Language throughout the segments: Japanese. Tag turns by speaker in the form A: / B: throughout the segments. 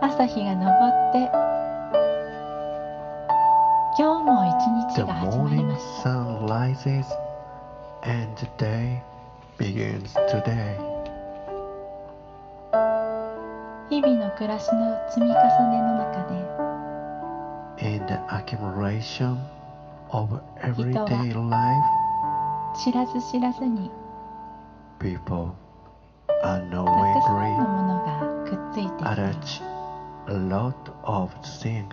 A: 朝日が昇って今日も一日
B: The
A: が始まりま
B: morning
A: した
B: sun rises and the day begins today.
A: 日々の暮らしの積み重ねの中
B: In the accumulation of everyday life,
A: で知らず知らずに
B: people unknowingly
A: たくさんのものがくっついています
B: attach a lot of things.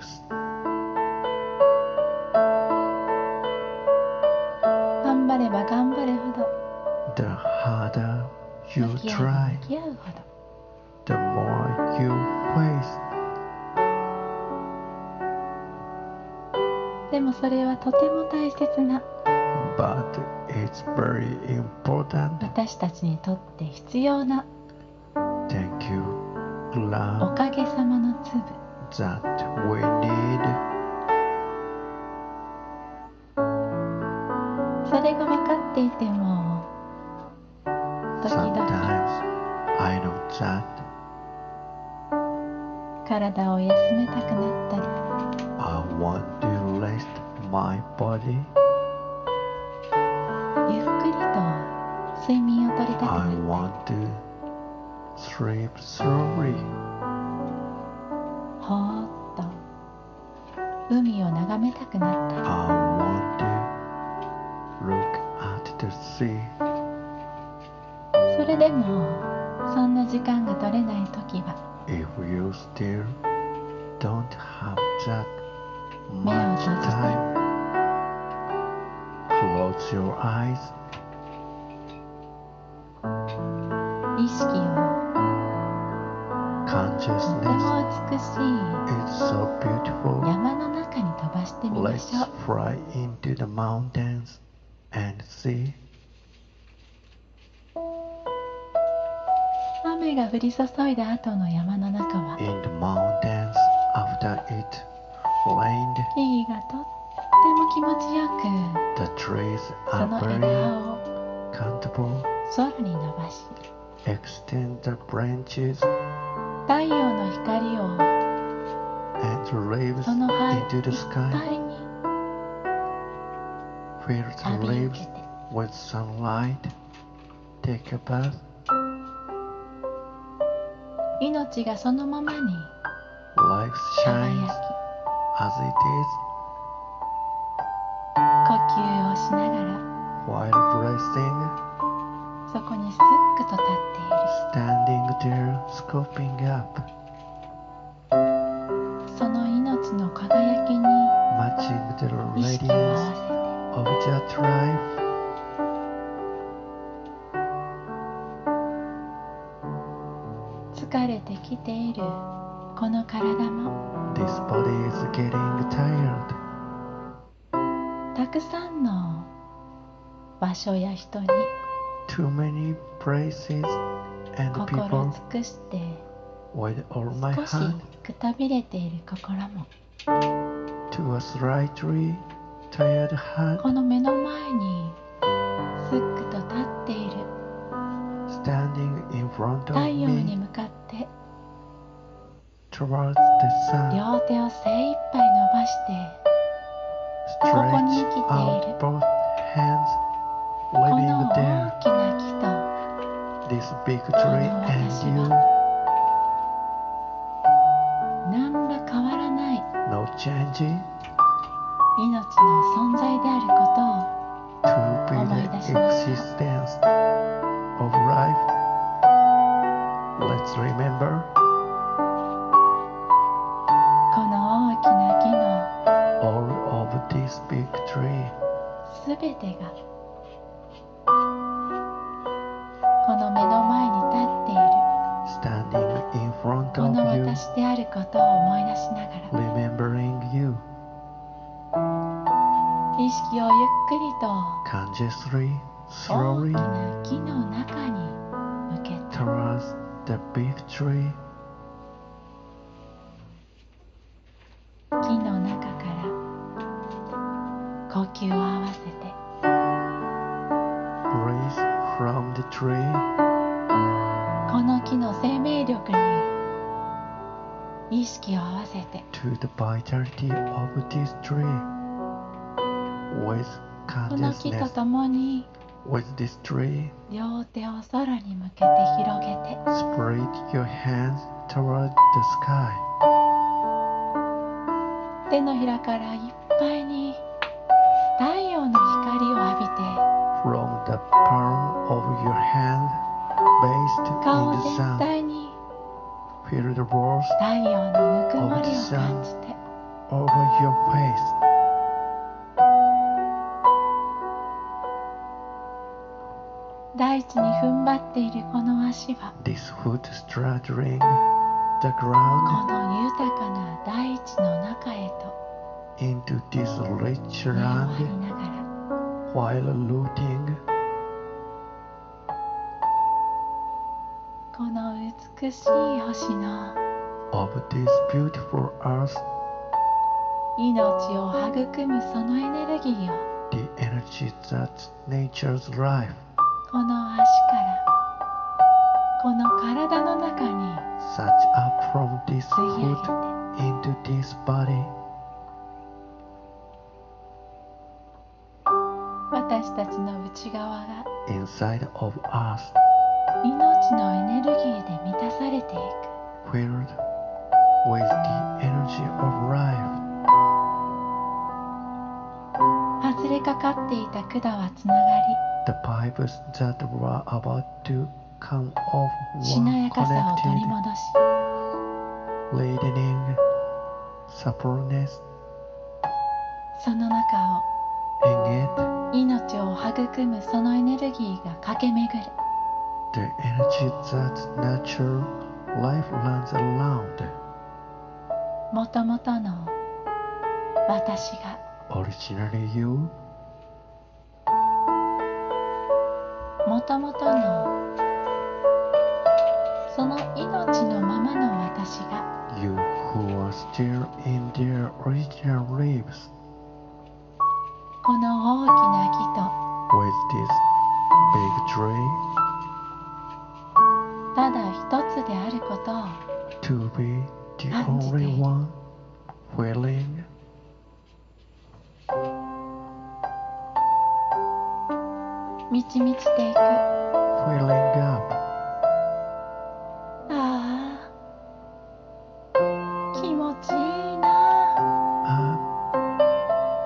A: 頑張れば頑張るほど
B: The harder
A: 向
B: you
A: き合えば
B: try,
A: 向き合うほど
B: the more you face.
A: でもそれはとても大切な
B: But it's very important.
A: 私たちにとって必要な
B: Thank you,
A: お
B: love,
A: かげさまの粒
B: that we need.
A: それが分かっていても時々
B: Sometimes I know that
A: 体を休めたくなったり
B: I want to rest my body.
A: ゆっくりと睡眠をとりたく
B: I
A: なったり
B: want to sleep slowly.
A: ほーっと海を眺めたくなったり
B: I want to look at the sea.
A: それでもそんな時間が取れない時は
B: If you still don't have that
A: Mèo
B: much
A: cho tôi.
B: time, close your eyes
A: 意識をとて
B: Consciousness
A: も美しい
B: is so beautiful.
A: 山の中に飛ばしてみまし
B: Let's
A: ょう
B: fly into the mountains and see.
A: 雨が降り注いだ後の山の中は
B: In the mountains, after it rained,
A: 木々がとっても気持ちよく
B: the trees
A: そ
B: are
A: の
B: very
A: 枝を
B: comfortable.
A: 空に伸ばし
B: Extend the branches
A: 太陽の光を
B: and the leaves
A: その葉いっ
B: into the
A: ぱ
B: sky.
A: いに
B: Fill the
A: 浴び受
B: leaves
A: けて
B: with sunlight. Take a bath
A: 命がそのままに
B: Life
A: 輝
B: shines
A: き
B: as it is
A: 呼吸をしながら
B: while resting,
A: そこにすっくと立っている
B: standing there, scooping up.
A: その命の輝きに
B: matching the
A: 意識を合
B: radiance
A: わ
B: of that life.
A: せて疲れてきているこの体も
B: This body is getting tired.
A: たくさんの場所や人に
B: Too many places and
A: 心を
B: people
A: 尽くして
B: with all my
A: 少し
B: heart
A: くたびれている心も
B: to a slightly tired heart
A: この目の前にすっくと立っている
B: standing in front
A: 太
B: of
A: 陽に
B: me
A: 向かって
B: towards the sun.
A: 両手を精一杯伸ばして
B: Stretch
A: ここに生きている。
B: out both hands,
A: こ
B: leaving
A: の
B: there
A: 大きな木と
B: this big tree and you.
A: 何ら変わらない
B: No changing
A: 命の存在であることを
B: to be the
A: 思い出しました。
B: existence of life. Let's remember
A: この大きな
B: all of this big tree,
A: 木の全てがこの目の前に立っている
B: standing in front
A: こ
B: of
A: の
B: you,
A: 私であることを思い出しながら
B: remembering you
A: 意識をゆっくりと
B: consciously,
A: 大き
B: slowly
A: な木の中に向けて
B: towards the big tree.
A: 木の中から呼吸を合わせて
B: Breathe from the tree,
A: この木の生命力に意識を合わせて
B: to the vitality of this tree. With
A: この木と
B: consciousness,
A: ともに
B: with this tree,
A: 両手を空に向けて広げて
B: spread your hands toward the sky.
A: 手のひらからいっぱいに太陽の光を浴びて
B: From the palm of your hand, bathed
A: 顔
B: in
A: 全
B: the sun,
A: 体に
B: feel the warmth
A: 太陽のぬくもりを感じて
B: over your face.
A: 大地に踏ん張っているこの足は
B: This foot straddling the
A: こ
B: ground
A: の豊かな大地の中へと
B: into this rich
A: 目を張
B: land
A: りながら
B: while looting
A: この美しい星の
B: of this beautiful earth
A: 命を育むそのエネルギーを
B: the energy that nature's life
A: この足からこの体の中に
B: such up from this
A: 吸い上げ
B: foot
A: て
B: into this body
A: 私たちの内側が
B: inside of us
A: 命のエネルギーで満たされていく
B: filled with the energy of life
A: 外れかかっていた管はつなが
B: the pipes that were about to come off
A: りしな
B: were
A: やかさを取り
B: connected
A: 戻し
B: leadening suppleness
A: その中を
B: in it
A: 命を育むそのエネルギーが駆け巡る
B: The energy that nature life runs around,
A: もともとの私が
B: originally you,
A: もともとのその命のままの私が
B: you who are still in their original leaves,
A: この大きな
B: with this big tree
A: 木とただ一つであることを
B: to be the
A: I'm
B: only
A: today.
B: one willing
A: 満ち満ちていく
B: filling up
A: ああ気持ちいいな
B: up.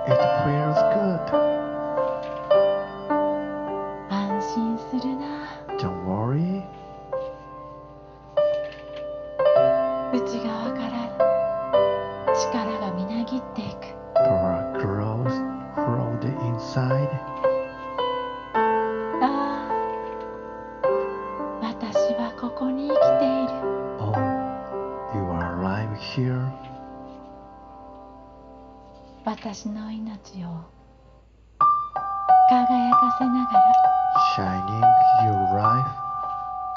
B: It feels good.
A: 安心するな
B: Don't worry,
A: 内側から力がみなぎっていく
B: power grows from the inside.
A: ああ私はここに生きている
B: Oh, you are alive here.
A: 私の命を輝かせながら
B: shining your life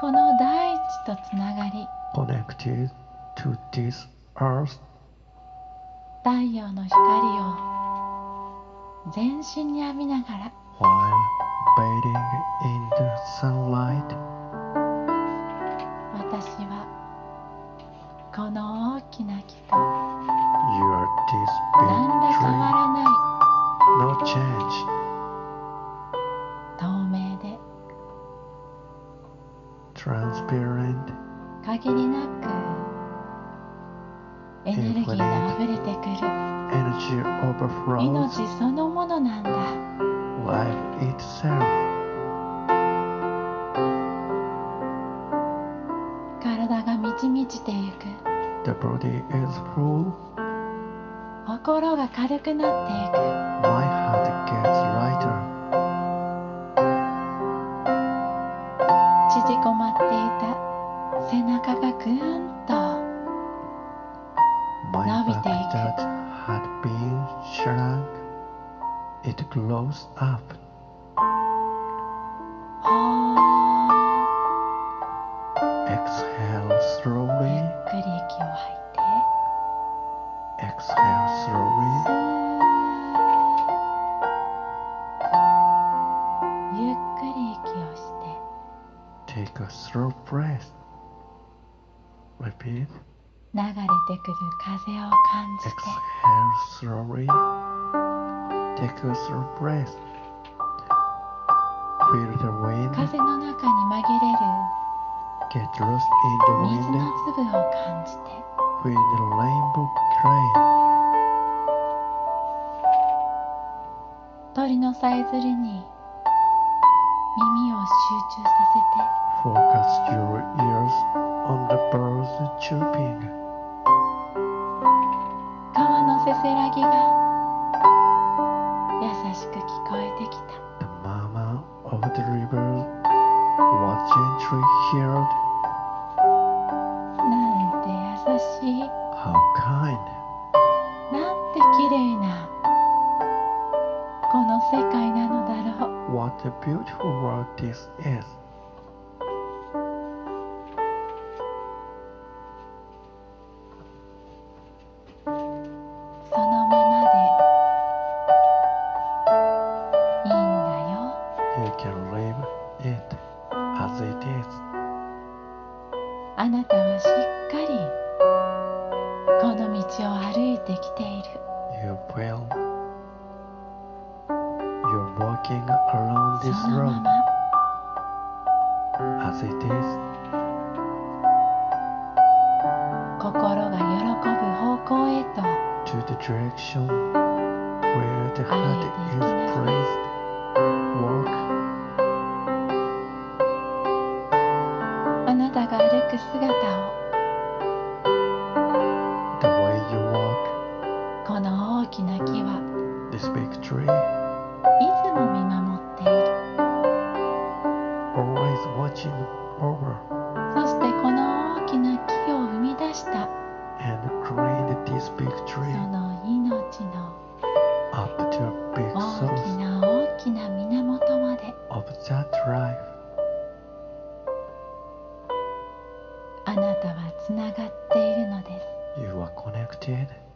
A: この大地とつながり
B: connected to this earth
A: 太陽の光を全身に浴びながら
B: while bathing in the sunlight
A: 私はこの大きな木と
B: you are this
A: 何ら変
B: big
A: わらない
B: tree no change
A: 透明で
B: transparent
A: 限りなくエネルギーが溢れてくる
B: energy overflows
A: 命そのものなんだ
B: life itself
A: 体が満ち満ちてゆく
B: the body is full
A: 心が軽くなってい
B: my heart gets lighter
A: く縮こまっていた背中がぐーんと
B: my
A: Navidate.
B: back that had been shrunk it glows up
A: ほー
B: exhale
A: ゆっ
B: slowly
A: くり息を吐いて
B: Exhale slowly.
A: ゆっくり息をして
B: Take a slow breath. Repeat.
A: 流れてくる風を感じて
B: Exhale slowly. Take a slow breath. Feel the wind.
A: 風の中に紛れる
B: Get
A: 水
B: lost in the wind.
A: の粒を感じて
B: Feel the rainbow cry.
A: 鳥のさえずりに耳を集中さ
B: Focus your ears on the birds chirping.
A: せて川のせせらぎが優しく聞こえてきた
B: The mama of the river was gently heard.
A: なんて優しい
B: How kind!
A: なんて綺麗なこの世界なのだろう
B: What a beautiful world this is!
A: そのままでいいんだよ
B: You can live it as it is.
A: あなたはしっかりこの道を歩いてきている
B: You will. You're walking along
A: そ
B: this
A: のま
B: road
A: ま
B: as it is.
A: 心が喜ぶ方向へと
B: to the direction where the heart is placed. Walk
A: あなたが歩く姿を
B: the way you walk.
A: この大きな木は
B: This big
A: い
B: tree
A: つも見守っている
B: always watching over
A: そしてこの大きな木を生み出した
B: and create this big
A: そ
B: tree
A: の命の
B: up to a big
A: 大き
B: source
A: な大きな源まで
B: of that life.
A: あなたはつながっているのです
B: You are connected